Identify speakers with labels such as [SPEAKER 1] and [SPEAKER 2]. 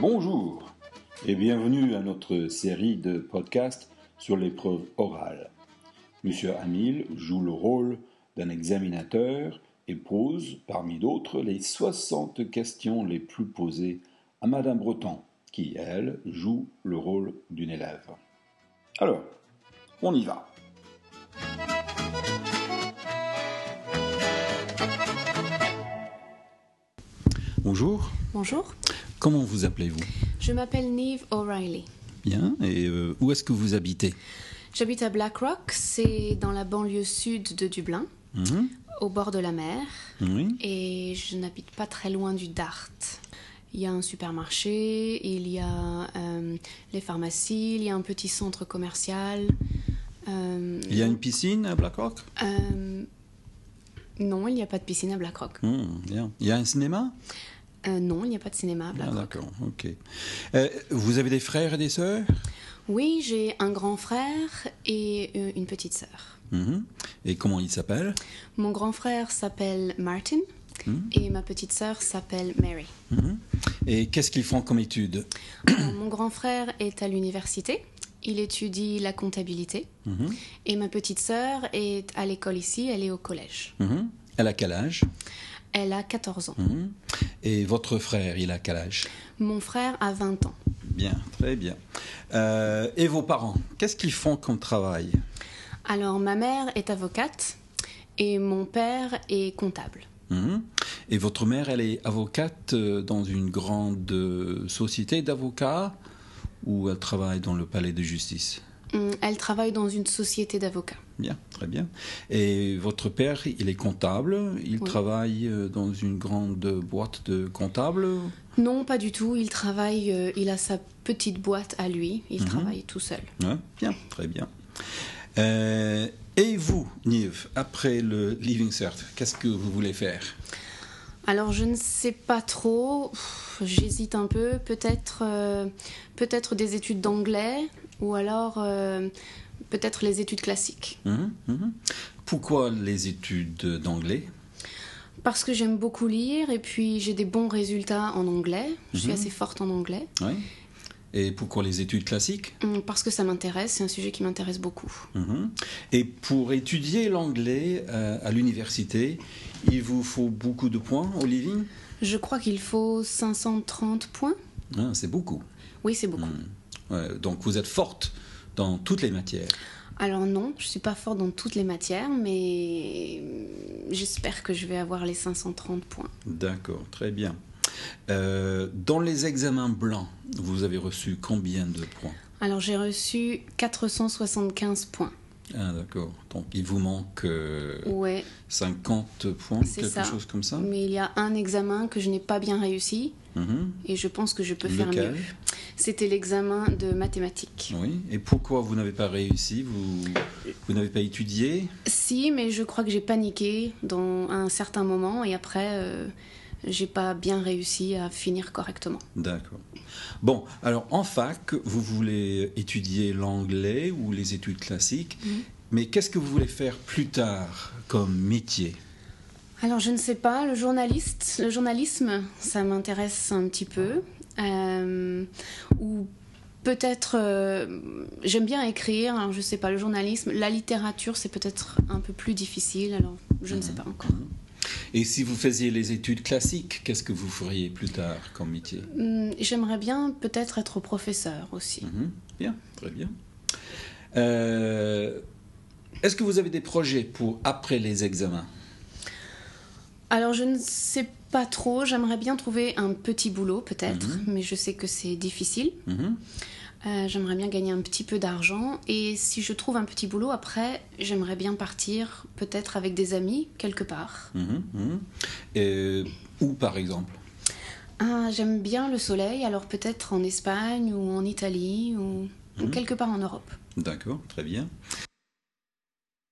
[SPEAKER 1] Bonjour et bienvenue à notre série de podcasts sur l'épreuve orale. Monsieur Hamil joue le rôle d'un examinateur et pose, parmi d'autres, les 60 questions les plus posées à Madame Breton, qui, elle, joue le rôle d'une élève. Alors, on y va. Bonjour,
[SPEAKER 2] Bonjour,
[SPEAKER 1] comment vous appelez-vous
[SPEAKER 2] je m'appelle Neve O'Reilly.
[SPEAKER 1] Bien, et euh, où est-ce que vous habitez
[SPEAKER 2] J'habite à Blackrock, c'est dans la banlieue sud de Dublin,
[SPEAKER 1] Mhm,
[SPEAKER 2] au bord de la mer,
[SPEAKER 1] Oui,
[SPEAKER 2] et je n'habite pas très loin du Dart. Il y a un supermarché, il y a euh, les pharmacies, il y a un petit centre commercial. euh,
[SPEAKER 1] il y a une piscine à Blackrock
[SPEAKER 2] euh, non, il n'y a pas de piscine à Blackrock.
[SPEAKER 1] Hmm, Bien, il y a un cinéma
[SPEAKER 2] Euh, non, il n'y a pas de cinéma à
[SPEAKER 1] Ah,
[SPEAKER 2] Blackrock.
[SPEAKER 1] D'accord, ok. Euh, vous avez des frères et des sœurs
[SPEAKER 2] oui, j'ai un grand frère et euh, une petite sœur.
[SPEAKER 1] Mhm. Et comment ils s'appellent
[SPEAKER 2] Mon grand frère s'appelle Martin
[SPEAKER 1] Mhm.
[SPEAKER 2] et ma petite sœur s'appelle Mary.
[SPEAKER 1] Mhm. Et qu'est-ce qu'ils font comme études
[SPEAKER 2] Alors, mon grand frère est à l'université, il étudie la comptabilité
[SPEAKER 1] Mhm.
[SPEAKER 2] et ma petite sœur est à l'école ici, elle est au collège.
[SPEAKER 1] Mhm. Elle a quel âge
[SPEAKER 2] Elle a 14 ans.
[SPEAKER 1] Mhm. Et votre frère, il a quel âge
[SPEAKER 2] Mon frère a 20 ans.
[SPEAKER 1] Bien, très bien. Euh, et vos parents, qu'est-ce qu'ils font comme travail
[SPEAKER 2] Alors ma mère est avocate et mon père est comptable.
[SPEAKER 1] Mhm. Et votre mère, elle est avocate euh, dans une grande euh, société d'avocats ou elle travaille dans le palais de justice
[SPEAKER 2] Hum, Elle travaille dans une société d'avocats.
[SPEAKER 1] Bien, très bien. Et votre père, il est comptable, il
[SPEAKER 2] Oui.
[SPEAKER 1] travaille euh, dans une grande boîte de comptables
[SPEAKER 2] Non, pas du tout, il travaille, euh, il a sa petite boîte à lui, il
[SPEAKER 1] Mhm.
[SPEAKER 2] travaille tout seul.
[SPEAKER 1] Ouais, Bien, très bien. Euh, et vous, Nive, après le Living Cert, qu'est-ce que vous voulez faire
[SPEAKER 2] Alors je ne sais pas trop, Pff, j'hésite un peu, peut-être euh, peut-être des études d'anglais ou alors euh, peut-être les études classiques.
[SPEAKER 1] Mhm, mhm. Pourquoi les études d'anglais
[SPEAKER 2] Parce que j'aime beaucoup lire et puis j'ai des bons résultats en anglais, je suis
[SPEAKER 1] Mhm.
[SPEAKER 2] assez forte en anglais,
[SPEAKER 1] Ouais. Et pourquoi les études classiques
[SPEAKER 2] Hum, parce que ça m'intéresse, c'est un sujet qui m'intéresse beaucoup.
[SPEAKER 1] Mhm. Et pour étudier l'anglais euh, à l'université, il vous faut beaucoup de points au living
[SPEAKER 2] Je crois qu'il faut 530 points.
[SPEAKER 1] Ah, C'est beaucoup.
[SPEAKER 2] Oui, c'est beaucoup.
[SPEAKER 1] Ouais, donc vous êtes forte dans toutes les matières.
[SPEAKER 2] Alors non, je suis pas forte dans toutes les matières, mais hum, j'espère que je vais avoir les 530 points.
[SPEAKER 1] D'accord, très bien. Euh, dans les examens blancs, vous avez reçu combien de points
[SPEAKER 2] Alors j'ai reçu 475 points.
[SPEAKER 1] Ah d'accord, donc il vous manque euh,
[SPEAKER 2] Ouais,
[SPEAKER 1] 50 points,
[SPEAKER 2] C'est
[SPEAKER 1] quelque
[SPEAKER 2] ça.
[SPEAKER 1] chose comme ça
[SPEAKER 2] mais il y a un examen que je n'ai pas bien réussi
[SPEAKER 1] Mhm.
[SPEAKER 2] et je pense que je peux faire
[SPEAKER 1] Lequel
[SPEAKER 2] mieux. C'était l'examen de mathématiques.
[SPEAKER 1] Oui, et pourquoi vous n'avez pas réussi Vous, vous n'avez pas étudié
[SPEAKER 2] Si, mais je crois que j'ai paniqué dans un certain moment et après euh, j'ai pas bien réussi à finir correctement.
[SPEAKER 1] D'accord. Bon, alors en fac, vous voulez étudier l'anglais ou les études classiques,
[SPEAKER 2] Mhm.
[SPEAKER 1] mais qu'est-ce que vous voulez faire plus tard comme métier
[SPEAKER 2] Alors je ne sais pas, le journaliste, le journalisme, ça m'intéresse un petit peu. Euh, ou peut-être, euh, j'aime bien écrire, alors je ne sais pas, le journalisme, la littérature, c'est peut-être un peu plus difficile, alors je ne sais pas encore.
[SPEAKER 1] Et si vous faisiez les études classiques, qu'est-ce que vous feriez plus tard comme métier
[SPEAKER 2] Hum, J'aimerais bien peut-être être professeur aussi.
[SPEAKER 1] Mhm. Bien, très bien. Euh, Est-ce que vous avez des projets pour après les examens
[SPEAKER 2] Alors je ne sais pas trop, j'aimerais bien trouver un petit boulot peut-être,
[SPEAKER 1] Mhm.
[SPEAKER 2] mais je sais que c'est difficile.
[SPEAKER 1] Mhm.
[SPEAKER 2] Euh, j'aimerais bien gagner un petit peu d'argent et si je trouve un petit boulot après, j'aimerais bien partir peut-être avec des amis quelque part.
[SPEAKER 1] Mhm. Mhm. Et- Ou par exemple
[SPEAKER 2] Ah, j'aime bien le soleil, alors peut-être en Espagne ou en Italie ou, ou
[SPEAKER 1] Mhm.
[SPEAKER 2] quelque part en Europe.
[SPEAKER 1] D'accord, très bien.